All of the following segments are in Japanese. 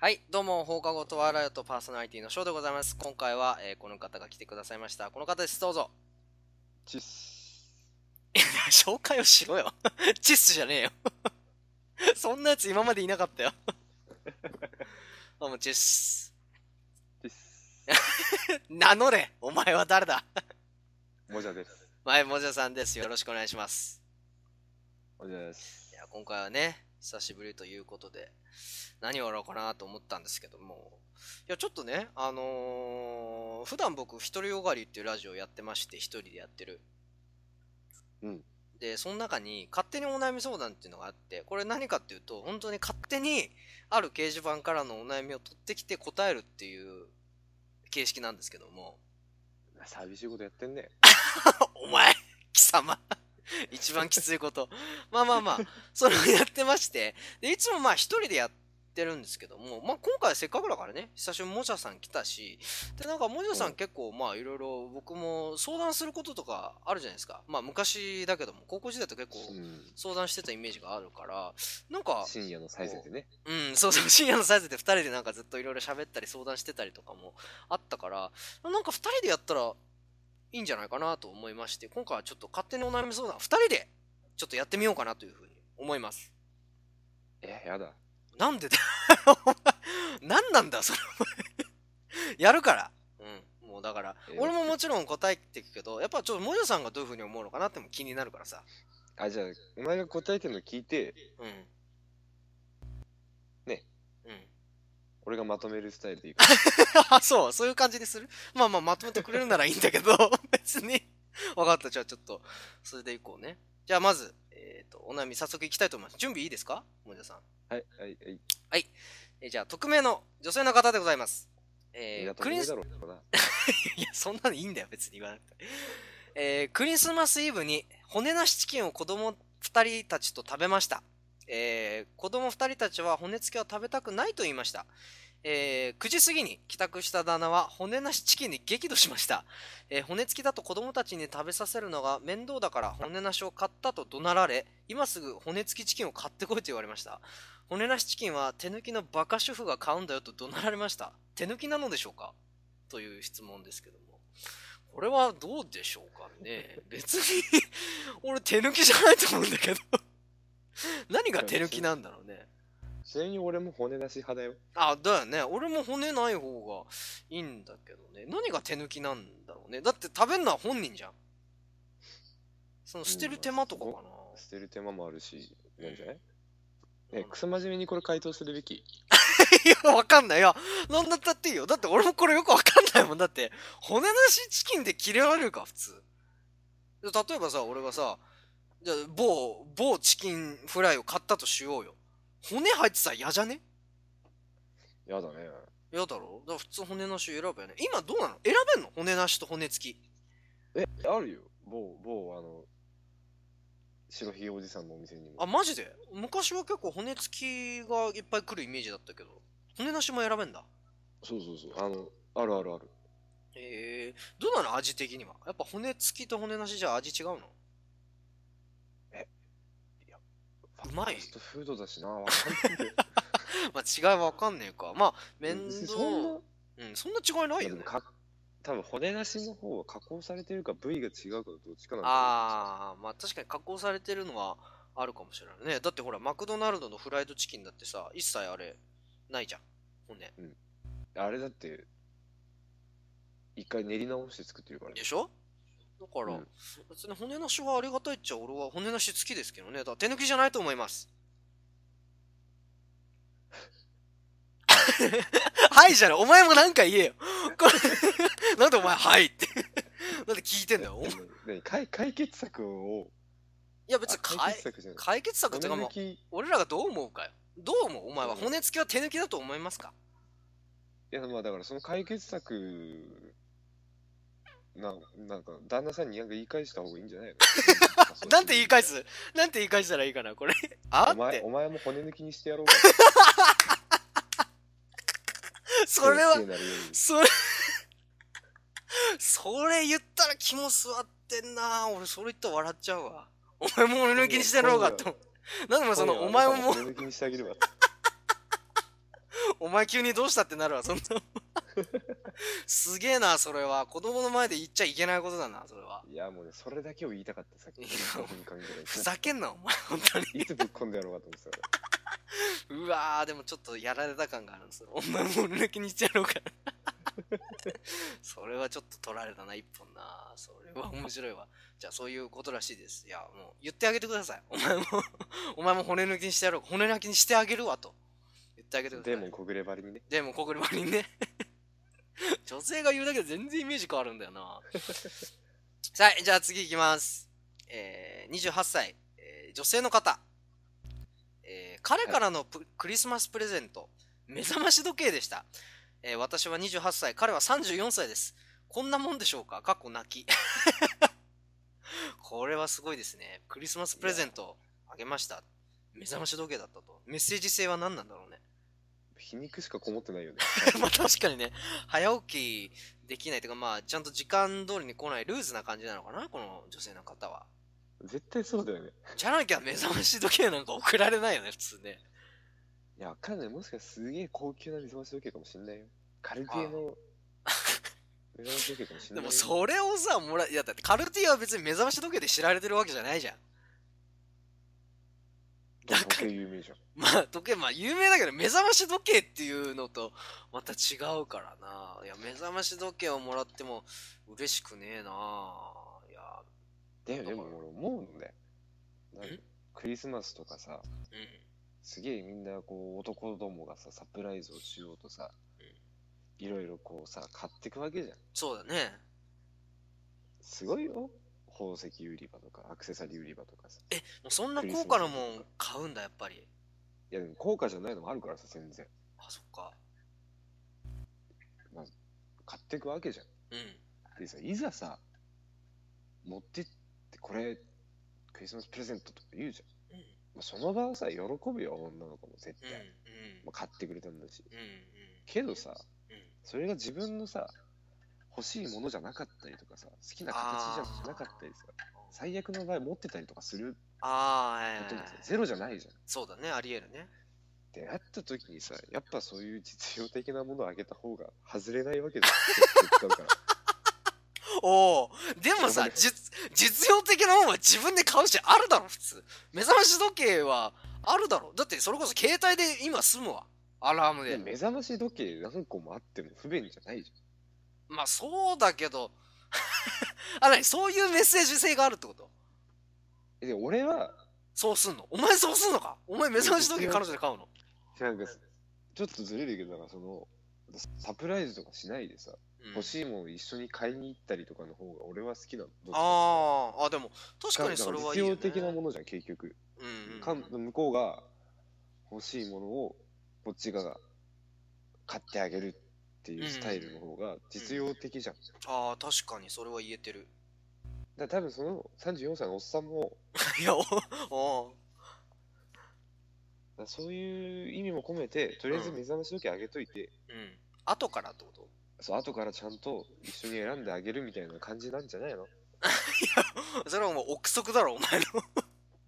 はい、どうも、放課後とワイライトパーソナリティのショーでございます。今回は、えーこの方が来てくださいました。この方です、どうぞ。 チッス。紹介をしろよ。 チッスじゃねえよ。 そんなやつ今までいなかったよ。 どうも、チッス。チッス。名乗れお前は誰だ もじゃです。前もじゃさんです。よろしくお願いします。もじゃですい。や、今回はね、久しぶりということで、何をやろうかなと思ったんですけども、いや、ちょっとね、あのー普段僕、一人よがりっていうラジオやってまして、一人でやってる。うんで、その中に、勝手にお悩み相談っていうのがあって、これ何かっていうと、本当に勝手に、ある掲示板からのお悩みを取ってきて答えるっていう形式なんですけども、寂しいことやってんね。お前、貴様。 一番きついこと。まあまあまあ、それをやってまして、でいつもまあ一人でやってるんですけども、まあ今回せっかくだからね、久しぶりにもじゃさん来たし、でなんかもじゃさうんん結構まあいろいろ僕も相談することとかあるじゃないですか。まあ昔だけども、高校時代と結構うん相談してたイメージがあるから、なんか、深夜の再生でね。うん、そうそう、深夜のサイズで2人でなんかずっといろいろ喋ったり相談してたりとかもあったから、なんか2人でやったらいいんじゃないかなと思いまして、今回はちょっと勝手にお悩み相談、2人でちょっとやってみようかなというふうに思います。え、やだ。なんでだお前、何なんだよそれお前。や るから。うん、もうだから、えー俺ももちろん答えていくけど、やっぱちょっともじょさんがどういうふうに思うのかなっても気になるからさ。あ、じゃあ、お前が答えてるの聞いて、うん。ね。うん。俺がまとめるスタイルでいいから。あ、 そう、そういう感じにするまあまあ、まとめてくれるならいいんだけど、 別に。わかった、じゃあちょっと、それでいこうね。じゃあまず、えっ、と、お悩み早速いきたいと思います。準備いいですかもじゃさん。はい、はい、はい。えーじゃあ、匿名の女性の方でございます。えー、港クリのン上ス、だろうな。 いや、そんなのいいんだよ、別に言わなくて。えークリスマスイブに骨なしチキンを子供2人たちと食べました。えー子供2人たちは骨付きは食べたくないと言いました。えー9時過ぎに帰宅した旦那は骨なしチキンに激怒しました。えー骨付きだと子供たちに食べさせるのが面倒だから骨なしを買ったと怒鳴られ、今すぐ骨付きチキンを買ってこいと言われました。骨なしチキンは手抜きのバカ主婦が買うんだよと怒鳴られました。手抜きなのでしょうかという質問ですけども。これはどうでしょうかね。別に、 俺手抜きじゃないと思うんだけど。何が手抜きなんだろうね。ちなみに俺も骨なし派だよ。あ、だよね。俺も骨ない方がいいんだけどね。何が手抜きなんだろうね。だって食べるのは本人じゃん。その捨てる手間とかかな。捨てる手間もあるし、なんじゃないうんね、クソ真面目にこれ回答するべき。いや、わかんない。いや、なんだったっていいよ。だって俺もこれよくわかんないもん。だって、骨なしチキンで切れられるか、普通。で例えばさ、俺がさ、じゃあ某、某チキンフライを買ったとしようよ。骨入ってたら嫌じゃねやだね。嫌だろだから普通骨なし選ぶよね。今どうなの選べんの骨なしと骨付き。え、あるよ。某、某、あの、白ひげおじさんのお店にも。あ、マジで昔は結構骨付きがいっぱい来るイメージだったけど、骨なしも選べんだ。そうそうそう。あの、あるあるある。えー、どうなの味的には。やっぱ骨付きと骨なしじゃ味違うのうまいファストフードだ しな、わかんないんだよ。 まあ、違いわかんねえか。まあ、面別に倒。そんな、うん、そんな違いないいやよでねも。か多分骨なしの方は加工されてるか部位が違うかどっちかなんだああ、まあ確かに加工されてるのはあるかもしれないね。だってほら、マクドナルドのフライドチキンだってさ、一切あれ、ないじゃん。骨。ああれだって一回練り直して作ってるからねでしょだから、うん別に骨なしはありがたいっちゃ俺は骨なし好きですけどね。だから手抜きじゃないと思います。 はいじゃない。お前もなんか言えよ。 これなんでお前、はいって。なんで聞いてんだよ。お前でもね解解決策をいや別にあか解い決策じゃない解決策とか骨も抜きい俺らがどう思うかよどう思うお前は骨付きは手抜きだと思いますかやまあだからその解決策ななんか旦那さんになんか言い返した方がいいんじゃな いのなんて言い返すなんて言い返したらいいかなこれ あおっ前てお前も骨抜きにしてやろうか それは手になるようにそれそれ言ったら肝座ってんな俺それ言ったら笑っちゃうわお前も骨抜きにしてやろうかとなんでお前そのお前も骨抜きにしてあげればお前急にどうしたってなるわ、そんな。すげえな、それは。子供の前で言っちゃいけないことだな、それは。いや、もうね、それだけを言いたかった、さっきいのや5分間ぐらい。ふざけんな、お前、本当に。いつぶっ込んでやろうかと思ってたかうわー、でもちょっとやられた感があるんですよ。お前もう俺だけにしてやろうかな。 それはちょっと取られたな、一本な。それは面白いわ。じゃあそういうことらしいです。いや、もう言ってあげてください。お前も、お前も骨抜きにしてやろう。骨抜きにしてあげるわ、と。言ってあげてら。ください。でも、小暮ばりにね。でもこぐりばりにね 女性が言うだけで全然イメージ変わるんだよなさあじゃあ次いきますえー、28歳、えー女性の方、えー彼からのプクリスマスプレゼント目覚まし時計でした、えー私は28歳彼は34歳ですこんなもんでしょうかかっこ泣き これはすごいですねクリスマスプレゼントあげました目覚まし時計だったとメッセージ性は何なんだろうね皮肉しかこもってないよね。 まあ確かにね、早起きできないというか、まあちゃんと時間通りに来ないルーズな感じなのかな、この女性の方は。絶対そうだよね。じゃなきゃ目覚まし時計なんか送られないよね、普通ね。いや、わかんない。もしかしたらすげえ高級な目覚まし時計かもしんないよ。軽系の目覚まし時計かもし でんないよ。もそれをさ、もらいやだってカルティエは別に目覚まし時計で知られてるわけじゃないじゃん。だから有名じゃん。まあ時計、まあ有名だけど、目覚まし時計っていうのとまた違うからな。いや、目覚まし時計をもらっても嬉しくねえな。いや、だよね、でも俺思うんだよ。なんかクリスマスとかさ、うん。すげえみんなこう男どもがさ、サプライズをしようとさ、いろいろこうさ、買ってくわけじゃん。そうだね。すごいよ。宝石売り場とか、アクセサリー売り場とかさ。もうそんな高価なもん買うんだ、やっぱり。いやでも高価じゃないのもあるからさ、全然。あ、そっか。買ってくわけじゃん。うん。でさ、いざさ、持ってって、これ、クリスマスプレゼントとか言うじゃん。うんまあ、その場はさ、喜ぶよ、女の子も絶うん対。まあ、買ってくれたんだし。うんうんけどさ、うんそれが自分のさ、欲しいものじゃなかったりとかさ、好きな形じあーゃなかったりさ、最悪の場合持ってたりとかするああはいことはいもはいさ、ゼロじゃないじゃん。っそうだねありえるねてなった時にさ、やっぱそういう実用的なものをあげた方が外れないわけだよ。絶対買うからおおでもさそうだね実実用的なもんは自分で買うしあるだろ普通目覚まし時計はあるだろだってそれこそ携帯で今済むわアラームでで目覚まし時計何個もあっても不便じゃないじまあそうだけど あ何そういうメッセージ性があるってことゃん。で、俺は、そうすんのお前そうすんのかお前目覚まし時計彼女で買うのなんか、ちょっとずれるけど、だからその、サプライズとかしないでさ、うん欲しいもの一緒に買いに行ったりとかの方が俺は好きなの。あーあでも確しかかもにそれはいい実よ、ね、用的なものじゃん、結局。うんうんかん向こうが欲しいものをこっち側が買ってあげるっていうスタイルの方が実用的じゃん。ああ確かにそれは言えてる だから多分その34歳のおっさんも、いや、お、おだからそういう意味も込めて、とりあえず目覚まし時計あげといて、う、うん。後からってことそう後からちゃんと一緒に選んであげるみたいな感じなんじゃないのそれはもう憶測だろ、お前の。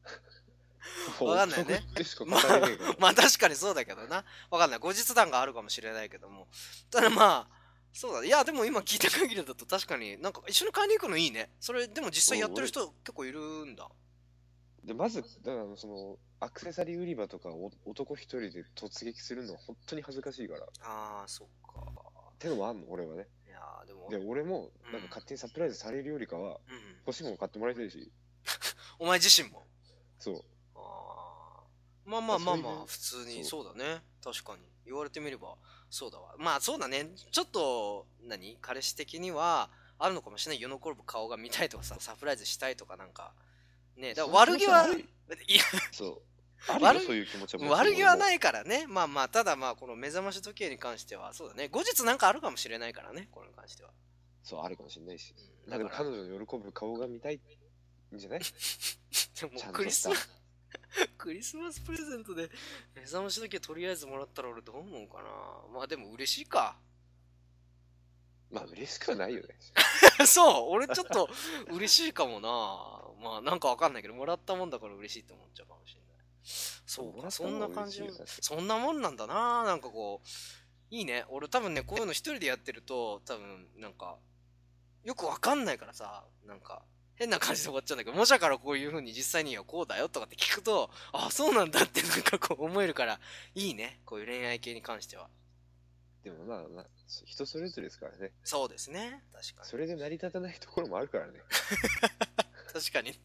わかんないねそうってしか語れねえから。まあ確かにそうだけどな。わかんない。後日談があるかもしれないけども。ただまあ、そうだ。いや、でも今聞いた限りだと確かになんか一緒に買いに行くのいいね。それ、でも実際やってる人結構いるんだ。でまずだからそのアクセサリー売り場とかを男一人で突撃するのは本当に恥ずかしいからっああ、そっか。てのもあんの俺はねいやーでも、で俺もうんなんか勝手にサプライズされるよりかはうん。欲しいもの買ってもらいたいしお前自身も。そうあーまあまあまあまそういあう普通にそそうだね確かに言われてみればそうだわまあそうだねちょっと何彼氏的にはあるのかもしれない喜ぶ顔が見たいとかさサプライズしたいとかなんかねだから悪気はその気持いやそう悪いあるよそういう気持ちはもちろん悪気はもないからねまあまあただまあこの目覚まし時計に関してはそうだね後日なんかあるかもしれないからねこれに関しては、うそうあるかもしれないしうん、まあだでもから彼も女の喜ぶ顔が見たいんじゃないちゃうんクとリしスたマクリスマスプレゼントで目覚まし時計とりあえずもらったら俺どう思うかなまあでも嬉しいかまあ嬉しくはないよ ねそう俺ちょっと嬉しいかもなまあなんかわかんないけどもらったもんだから嬉しいって思っちゃうかもしれないそうもらか、ったそのんがな感じ嬉しいです。そんなもんなんだななんかこう、いいね。俺多分ね、こういうの一人でやってると、多分、なんか、よくわかんないからさ、なんか、変な感じで終わっちゃうんだけど、模写からこういう風に実際にはこうだよとかって聞くと、あ、そうなんだってなんかこう思えるから、いいね。こういう恋愛系に関しては。でもまあ、まあ、人それぞれですからね。そうですね。確かそれで成り立たないところもある からに。ね。確かに。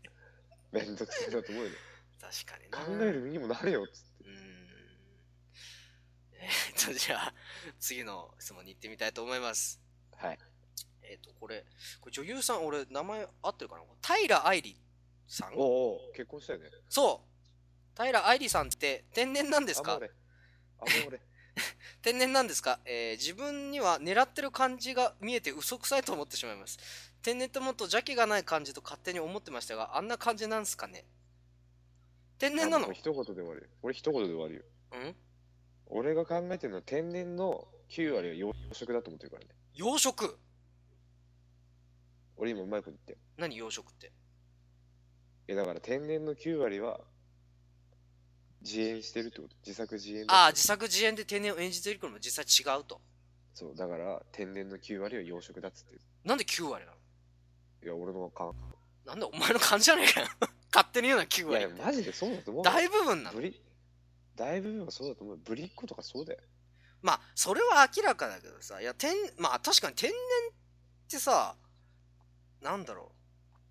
めんどくさいなと思うよね。確かにな考える身にもなれよっつって。うーんえーっと、じゃあ、次の質問に行ってみたいと思います。はい。えーっと、これ、これ女優さん、俺、名前合ってるかな平愛理さんおうおう結婚したよね。そう平愛理さんって天然なんですあかもうね。あもうね。天然なんですか、えー自分には狙ってる感じが見えて嘘くさいと思ってしまいます。天然ってもっと邪気がない感じと勝手に思ってましたが、あんな感じなんすかね天然なあのもう一言で終わるよ。俺一言で終わるよ。うん俺が考えてるのは天然の9割は養殖だと思ってるからね。養殖俺今うまいこと言って。何養殖って。え、だから天然の9割は自演してるってこと。自作自演だああ、自作自演で天然を演じているけども実際違うと。そう、だから天然の9割は養殖だっつってる。なんで9割なのいや、俺の勘。なんでお前の感じじゃねえかよ。 勝手に言うな、9いやい割や、って。マジでそうだと思うよ。大部分なのぶ。り大部分はそうだと思う。ぶりっ子とかそうだよ。まあ、それは明らかだけどさ、いや、天、まあ確かに天然ってさ、なんだろ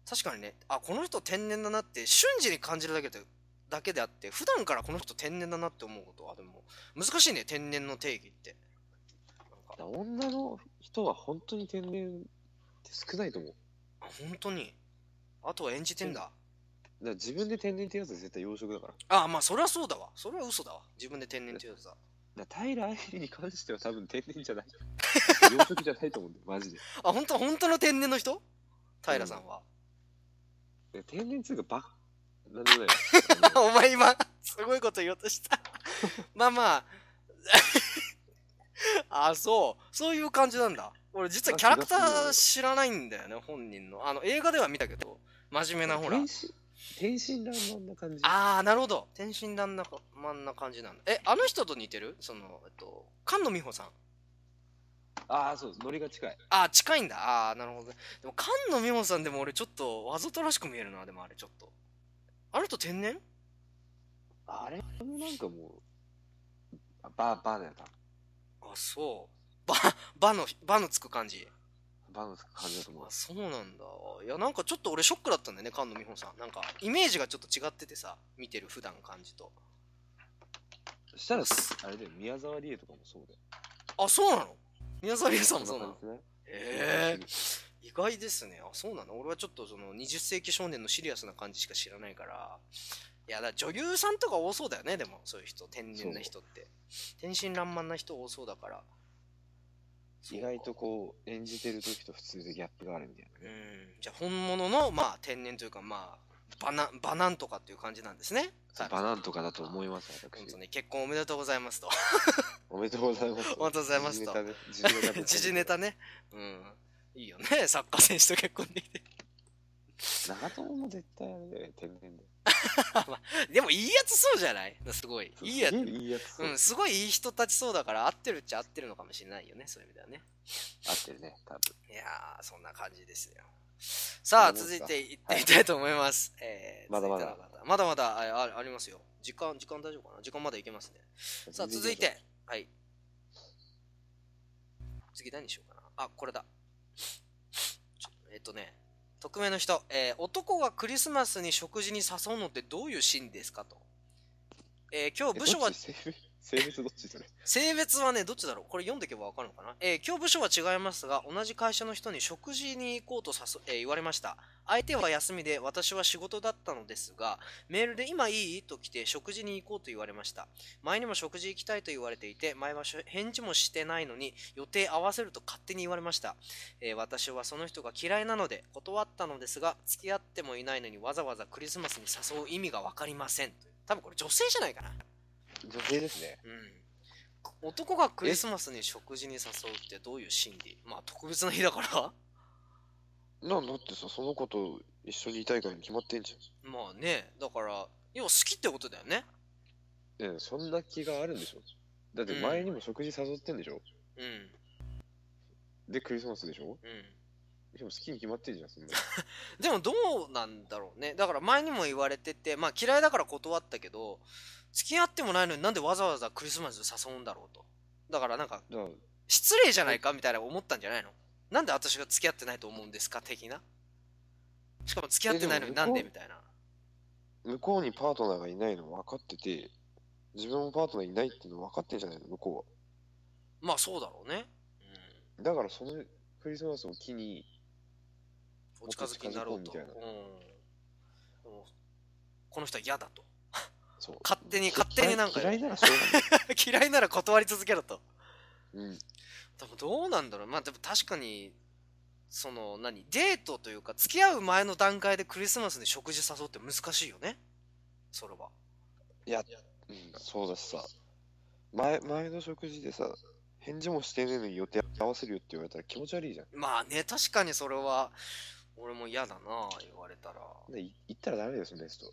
う。確かにね、あ、この人天然だなって瞬時に感じるだけで、だけであって、普段からこの人天然だなって思うことは、でも、難しいね、天然の定義って。なんかだから女の人は本当に天然って少ないと思う。あ本当に。あとは演じてんだ。だから自分で天然ってやつは絶対養殖だから。あまあそれはそうだわそれは嘘だわ自分で天然って言うとさだから平愛理に関しては多分天然じゃない。 養殖じゃないと思うんだよ、マジで。あ本当本当の天然の人平さんは、いや天然っていうかバカ。なんでもないよ。あ のお前今すごいこと言おうとした まあ まああそうそういう感じなんだ俺実はキャラクター知らないんだよね本人のあの映画では見たけど真面目なほら天真天真爛漫な感じ。ああなるほど天真爛漫なな感じなんだえあの人と似てるそのえっと菅野美穂さんああ、そう、ノリが近い。あ近いんだああなるほどねでも菅野美穂さんでも俺ちょっとわざとらしく見えるなでもあれちょっとあの人天然あれもなんかもう、バー、バーだよ、多分あそうば ばのばのつく感じバーの感じだと思うあ。そうなんだいやなんかちょっと俺ショックだったんだよね菅野美穂さんなんかイメージがちょっと違っててさ見てる普段感じとそしたら、あれだよ、宮沢りえとかもそうだよ。あそうなの宮沢りえさんもそそうんななの感じねええ意外ですねあそうなの俺はちょっとその20世紀少年のシリアスな感じしか知らないからいやだから女優さんとか多そうだよねでもそういう人天然な人って天真爛漫な人多そうだから意外とこう、演じてる時と普通でギャップがあるみたいなうね。んじゃあ本物のまあ天然というかまあバナバナンとかっていう感じなんですねそうバナンとかだと思います、本私当。に結婚おめでとうございますとおめでとうございます。おめでとうございますと 時事ネタね。時事ネタねうんいいよねサッカー選手と結婚できて長友も絶対あれだよね、天然で。でもいいやつそうじゃないすごいいいやつすげえいいやつ。うん、すごいいい人たちそうだから合ってるっちゃ合ってるのかもしれないよねそういう意味ではね合ってるね、多分。いやーそんな感じですよさあどう続でいすかていってみたいと思います、えー、まだまだ続いての方まだまだああありますよ時間時間大丈夫かな時間まだいけますねさあ続いてはい次何しようかなあこれだちょえっとね匿名の人、えー男がクリスマスに食事に誘うのってどういうシーンですかと、えー今日え部署はどっち性別性別どっちそれ性別はね、どっちだろうこれ読んでいけばわかるのかなえー今日部署は違いますが、同じ会社の人に食事に行こうと誘、えー言われました。相手は休みで、私は仕事だったのですが、メールで今いいと来て食事に行こうと言われました。前にも食事行きたいと言われていて、前はし返事もしてないのに、予定合わせると勝手に言われました。えー私はその人が嫌いなので、断ったのですが、付き合ってもいないのにわざわざクリスマスに誘う意味がわかりません。多分これ女性じゃないかな。女性ですね。うん、男がクリスマスに食事に誘うってどういう心理まあ特別な日だから なんだってさ、その子と一緒にいたいからに決まってんじまあねだから要は好きってことだよねえそんな気があるんでしょだって前にも食事誘ってんでしょ、うんでクリスマスでしょうんでも好きに決まってるじゃんそんなでもどうなんだろうねだから前にも言われててまあ嫌いだから断ったけど付き合ってもないのになんでわざわざクリスマス誘うんだろうとだからなんかだから失礼じゃないかみたいな思ったんじゃないのなんで私が付き合ってないと思うんですか的なしかも付き合ってないのになんでみたいな向こうにパートナーがいないの分かってて自分もパートナーいないっていうの分かってんじゃないの向こまあそうだろうね、うはだからそのクリスマスを機にうん、お近づきになろうとお近づこうみうんでもこの人は嫌だと そう勝手に勝手になんか嫌い嫌いならしょうが嫌いなら断り続けろとない、うん、でもどうなんだろうまあでも確かにその何デートというか付き合う前の段階でクリスマスに食事誘うって難しいよねそれはうん、そうだしさ前前の食事でさ返事もしてねえのに予定合わせるよって言われたら気持ち悪いじゃんまあね確かにそれは俺も嫌だな言われたら でい行ったらダメだよそんなやつと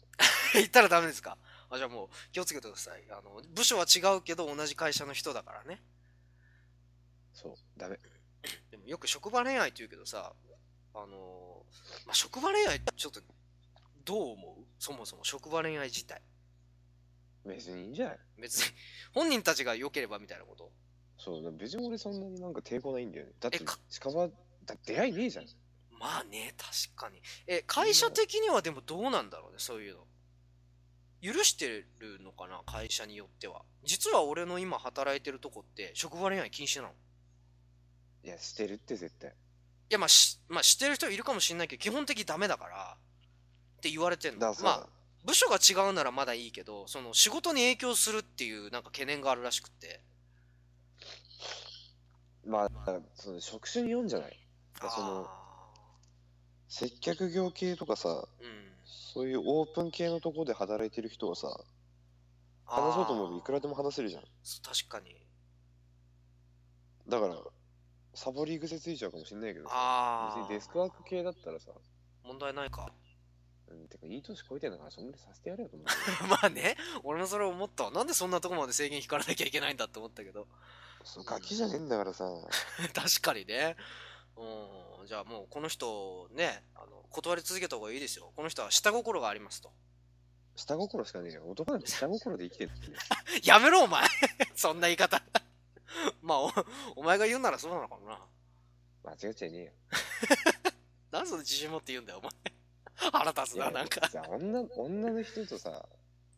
言ったらダメですかあじゃあもう気をつけてくださいあの部署は違うけど同じ会社の人だからねそうダメでもよく職場恋愛って言うけどさあの、まあ、職場恋愛ってちょっとどう思うそもそも職場恋愛自体別にいいんじゃない別に 本人たちが良ければみたいなことそう別に俺そんなになんか抵抗ないんだよねだってえか近場だって出会いねえじゃんまあね、確かに。え、会社的にはでもどうなんだろうね、そういうの。許してるのかな、会社によっては。実は俺の今働いてるとこって、職場恋愛禁止なの。いいやしてるって絶対や、まあし、まあ、知ってる人いるかもしれないけど、基本的にダメだから、って言われてんだかのら。さ、まあ、部署が違うならまだいいけど、その、仕事に影響するっていう、なんか懸念があるらしくって。まあ、だからその職種によんじゃないあそのあ接客業系とかさ、ーうん。そういうオープン系のとこで働いてる人はさ、話そうと思えばいくららでも話せるじゃん。確かに。だから、サボり癖ついちゃうかもしんないけどさ、あ別あ。にデスクワーク系だったらさ、問題ないか。 うん、てかいい年こいてんだからそんぐらいさせてやれよと思う。 まあね、俺もそれ思ったわ。なんでそんなとこまで制限引かれなきゃいけないんだって思ったけど。 そうガキじゃねえんだからさ、確かにね。うん、じゃあもうこの人ね、あの断り続けた方がいいですよ。この人は下心がありますと。下心しかねえよ。男なんて下心で生きてる ってね。やめろお前 そんな言い方。 まあお、お前が言うならそうなのかもな。間違っちゃいねえよ。なんでそんな自信持って言うんだよ、お前。 腹立ついやな、なんか。さ女、女の人とさ、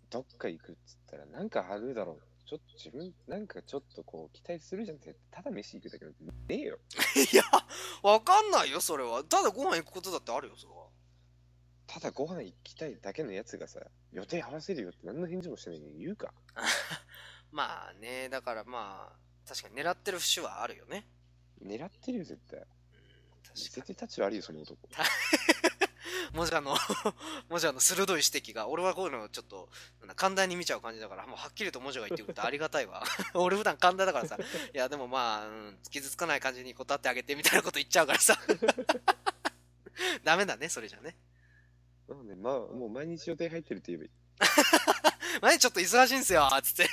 どっか行くっつったら、なんかあるだろう。ちょっと自分、なんかちょっとこう、期待するじゃんって、ただ飯行くだけなんてねえよ。いや、わかんないよ、それは。ただご飯行くことだってあるよ、それは。ただご飯行きたいだけのやつがさ、予定合わせるよって何の返事もしてないのに言うか。まあね、だからまあ、確かに狙ってる節はあるよね。狙ってるよ、絶対。うん、確か絶に。対立ち悪いよ、その男。もしあの、 もしあの、鋭い指摘が、俺はこういうのをちょっと、なんだ簡単に見ちゃう感じだから、もうはっきりと文字が言ってくれてありがたいわ。 俺普段簡単だからさ、いや、でもまあ、うん、傷つかない感じに答ってあげてみたいなこと言っちゃうからさ。 ダメだね、それじゃね。なので、まあ、もう毎日予定入ってるって言えばいい。前ちょっと忙しいんすよ、つって。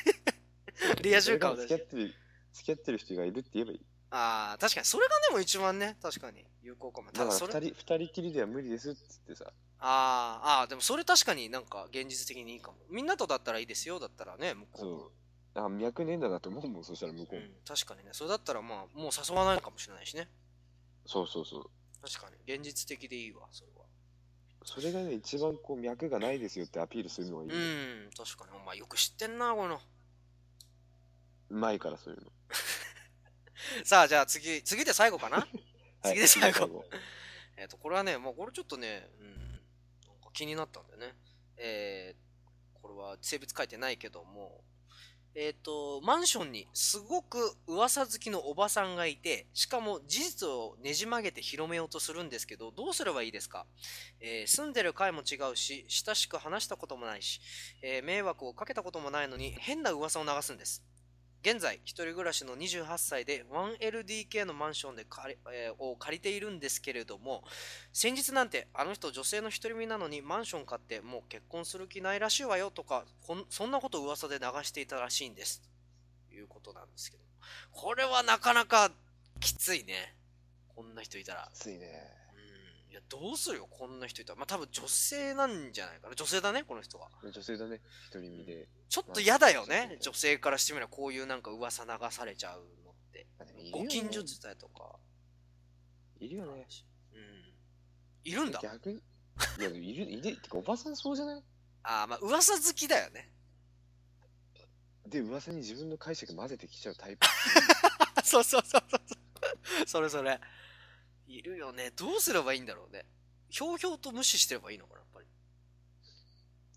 リア充感を出付し。き合っててる、付き合ってる人がいるって言えばいい。ああ、確かに、それがでも一番ね、確かに、有効かも。ただかだそられ、あ二人、二人きりでは無理ですっつってさ、あー、ああ、でもそれ確かになんか現実的にいいかも。みんなとだったらいいですよ、だったらね、向こうも。そう。あ、脈ねえんだなって思うもん、そしたら向こううも。ん、確かにねそれだったらまあもう誘わないかもしれないしねそうそうそう。確かに現実的でいいわそれはそれがね、一番こう、脈がないですよってアピールするのがいい。うん確かにお前よく知ってんなこういうのうまいから、そういうの。さあじゃあ次次で最後かな はい次で最後。えっとこれはねもうこれちょっとね、うん、なんか気になったんだよねえー、これは性別書いてないけどもえっ、とマンションにすごく噂好きのおばさんがいてしかも事実をねじ曲げて広めようとするんですけどどうすればいいですか、えー住んでる階も違うし親しく話したこともないし、えー迷惑をかけたこともないのに変な噂を流すんです現在一人暮らしの28歳で 1LDK のマンションで借り、えーを借りているんですけれども先日なんてあの人女性の独り身なのにマンション買ってもう結婚する気ないらしいわよとかこんそんなこと噂で流していたらしいんですということなんですけどこれはなかなかきついねこんな人いたらついね。うんいやどうするよこんな人いたらまあ多分女性なんじゃないかな女性だねこの人は女性だね。独り身で。ちょっと嫌だよまあそうそうねそう女性からしてみればこういうなんか噂流されちゃうのってまあでもいるよごね近所自体とかいるよね。うんいるんだ逆に。いや、でもいる、いで、てかおばさんそうじゃないああまあ噂好きだよ ねで、噂に自分の解釈混ぜてきちゃうタイプ。そうそうそうそうそうそれそれいるよねどうすればいいんだろうねひょうひょうと無視してればいいのかなやっぱり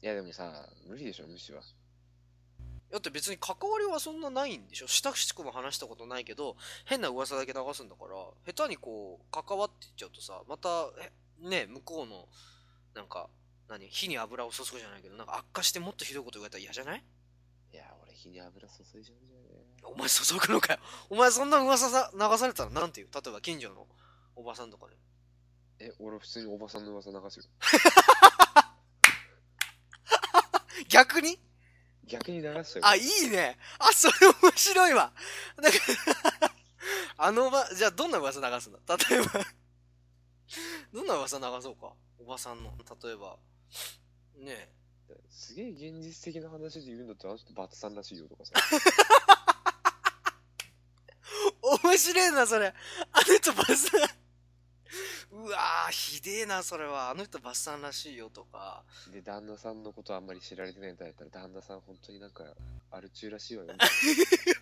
いや、でもさ、無理でしょ、無視は。だって別に関わりはそんなないんでしょ親しくも話したことないけど変な噂だけ流すんだから下手にこう関わっていっちゃうとさまたえね向こうのなんか何火に油を注ぐじゃないけどなんか悪化してもっとひどいこと言われたら嫌じゃないいや、俺、火に油注いじゃうんだよね。お前注ぐのかよお前そんな噂さ流されたらなんていう例えば近所のおばさんとかにえ、俺、普通におばさんの噂流すよ。逆に逆に流しちゃう。あ、いいね。あ、それ面白いわ。なんか、 あのば、じゃあどんな噂流すんだ例えば、どんな噂流そうか。おばさんの、例えば。ねえ。すげえ現実的な話で言うんだったら、あの人バツさんらしいよとかさ。面白いな、それ。あの人バスうわー、ひでえな、それは。あの人バスさんらしいよとか。で、旦那さんのことあんまり知られてないんだったら、旦那さん本当になんか、アル中らしい わよ。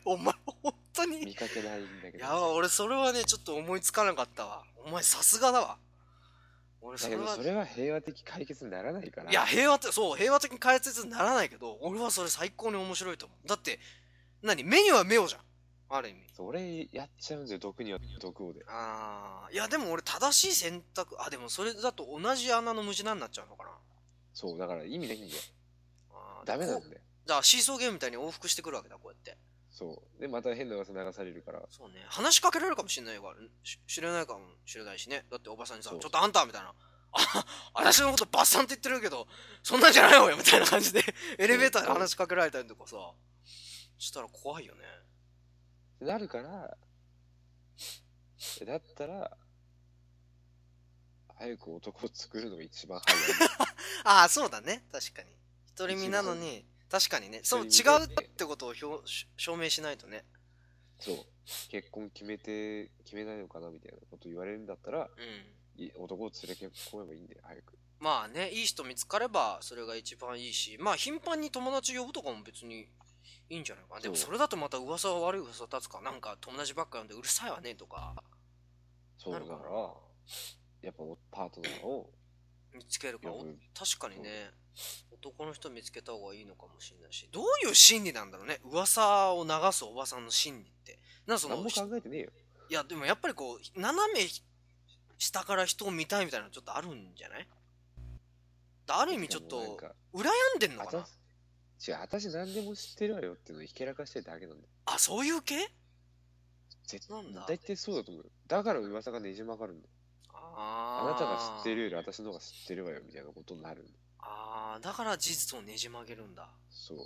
お前、本当に。見かけないんだけいど。やー、俺それはね、ちょっと思いつかなかったわ。お前、さすがだわ。俺、だけど、それは平和的解決にならないから。いや、平和って、そう、平和的に解説にならないけど、俺はそれ最高に面白いと思う。だって、何目には目をじゃん。ある意味。それやっちゃうんだよ、毒には毒をで。あー、いや、でも俺正しい選択、あ、でもそれだと同じ穴の無地なんなっちゃうのかな。そう、だから意味ないんだよ。あーダメなこんうだよ。じゃあ、シーソーゲームみたいに往復してくるわけだ、こうやって。そう。で、また変な噂流されるから。そうね。話しかけられるかもしれないから、し知れないかもしれないしね。だっておばさんにさ、ちそょうっとあんたみたいな。あ、私のことバッサンって言ってるけど、そんなんじゃないわよみたいな感じで、エレベーターで話しかけられたりとかさ、したら怖いよね。なるから、だったら、早く男を作るのが一番早い。 ああ、そうだね。確かに。独り身なのに、確かにね。そう、違う一番ってことを表し証明しないとね。そう。結婚決めて、決めないのかなみたいなこと言われるんだったら、うん。い男を連れてこえばいいんだよ、早く。まあね、いい人見つかれば、それが一番いいし、まあ、頻繁に友達呼ぶとかも別にいいんじゃないかな。でも、そうそれだとまた噂は悪い噂立つか。なんか、友達ばっか呼んでうるさいわね、とか、そうだなかるらかな、やっぱパートナーを見つけるか。呼おぶ。確かにね、男の人見つけた方がいいのかもしれないし、どういう心理なんだろうね。噂を流すおばさんの心理って。なんかその何も考えてねえよ。いや、でもやっぱりこう、斜め下から人を見たいみたいなのちょっとあるんじゃないだあある意味ちょっなんと、か、羨んでんのあかたなし、違う、私何でも知ってるわよっていうのをひけらかしてるだけなんだよ。あ、そういう系絶なんだ大体そうだと思うよ。だから噂がねじ曲がるんだよ。ああなたが知ってる。るより私の方が知ってるわよみたいなことになるんだよ。ああ、だから事実をねじ曲げるんだ。そう。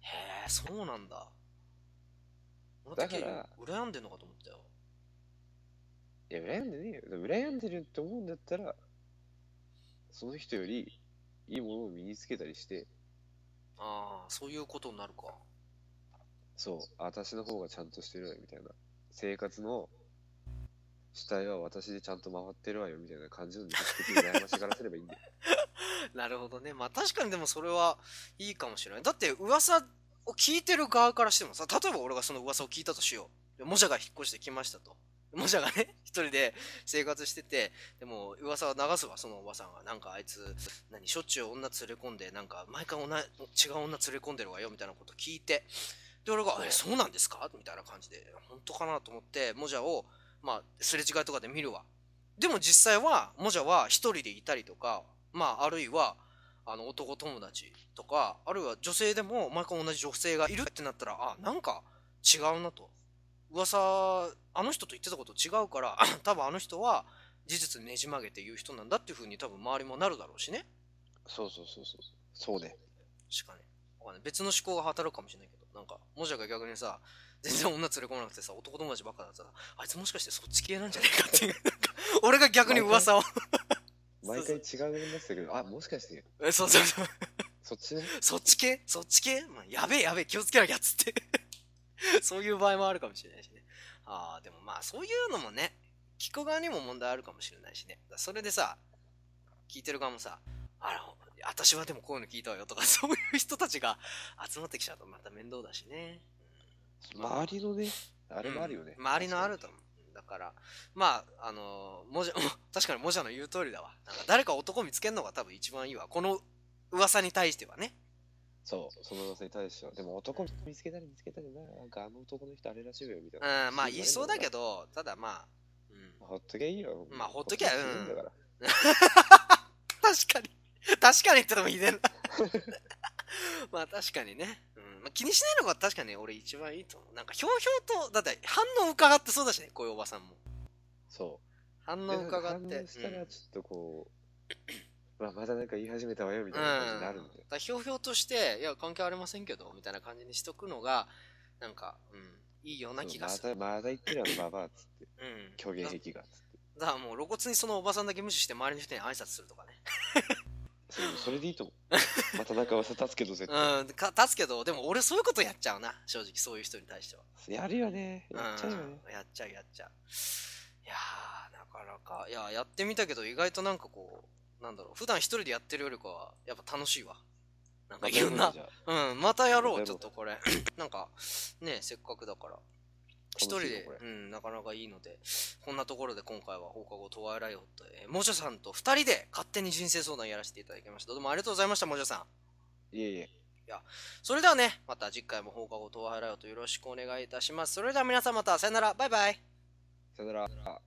へえ、そうなんだ。俺だだかけら羨んでんのかと思ったよ。いや、羨んでねえよ。でも羨んでるって思うんだったら、その人よりいいものを身につけたりして、ああ、そういうことになるか。そう、私の方がちゃんとしてるわよみたいな。生活の主体は私でちゃんと回ってるわよみたいな感じの認識で羨ましがらせればいいんだよ。 なるほどね。まあ確かにでもそれはいいかもしれない。だって噂を聞いてる側からしてもさ、例えば俺がその噂を聞いたとしよう。でもじゃが引っ越してきましたと。もじゃがね、 一人で生活してて、でも噂を流すわ、そのおばさんが。なんかあいつ、何、しょっちゅう女連れ込んで、なんか毎回女違う女連れ込んでるわよみたいなこと聞いて。で、俺が、え、そうなんですかみたいな感じで、本当かなと思って、もじゃを、まあ、すれ違いとかで見るわ。でも実際は、もじゃは一人でいたりとか、まあ、あるいは、あの、男友達とか、あるいは女性でも、毎回同じ女性がいるってなったら、あ、なんか、違うなと噂あの人と言ってたこと違うから多分あの人は事実ねじ曲げて言う人なんだっていうふうに多分周りもなるだろうしね そうそうそうそう。そうね。しかねわかんない別の思考が働くかもしれないけどなんかもしか逆にさ全然女連れ込まなくてさ男友達ばっかだったらあいつもしかしてそっち系なんじゃないかっていうなんか俺が逆に噂を毎回違うようになってたけど、あ、もしかして、えそうそうそう そっちね。そっち系そっち系、まあ、やべえやべえ気をつけなきゃっつって そういう場合もあるかもしれないしねああでもまあそういうのもね聞く側にも問題あるかもしれないしねだからそれでさ聞いてる側もさあら私はでもこういうの聞いたわよとか そういう人たちが集まってきちゃうとまた面倒だしね周りのね、あれもあるよね。うん周りのあると思うだからまああのもじゃ 確かにもじゃの言う通りだわなんか誰か男見つけるのが多分一番いいわこの噂に対してはねそう、その女性に対しては。でも男見つけたり見つけたりな、なんかあの男の人あれらしいよ、みたいな。うん、まあ言いそうだけど。ど、ただまあ、 うん、ほっとけばいいよ。まあほっときゃほっとけばいいんだから。確かに、確かにってのも言いてんな。 まあ確かにね、うんまあ、気にしないのが確かに俺一番いいと思う。なんかひょうひょうと、だって反応伺ってそうだしね、こういうおばさんも。そ反う。応伺っでなてんか反応。したうら、んちょっとこう、まあまたなんか言い始めたわよ、みたいな感じになるんうんで。だからひょうひょうとして、いや、関係ありませんけど、みたいな感じにしとくのが、なんか、うん、いいような気がすそうる。また、また言ってるよ、ババアっつって。うん。虚言癖がっつって。だからもう露骨にそのおばさんだけ無視して、周りの人に挨拶するとかね。そうそれでいいと思 う。またなんか噂立つけど、絶対。うん、か立つけど、でも俺そういうことやっちゃうな、正直、そういう人に対しては。やるよね。うんやっちゃうよね。やっちゃうやっちゃういやーなかなかいややってみたけど意外となんかこうなんだろう普段一人でやってるよりかはやっぱ楽しいわなんかいろんなじゃあうんまたやろまたやろううちょっとこ れなんかねせっかくだから一人楽しいでよこ、うれん、なかなかいいのでこんなところで今回は放課後トワイライオット、えー、もじゃさんと二人で勝手に人生相談やらせていただきましたどうもありがとうございましたもじゃさんいえいえ。それではねまた次回も放課後トワイライオットよろしくお願いいたしますそれでは皆さんまたさよならバイバイさよなら。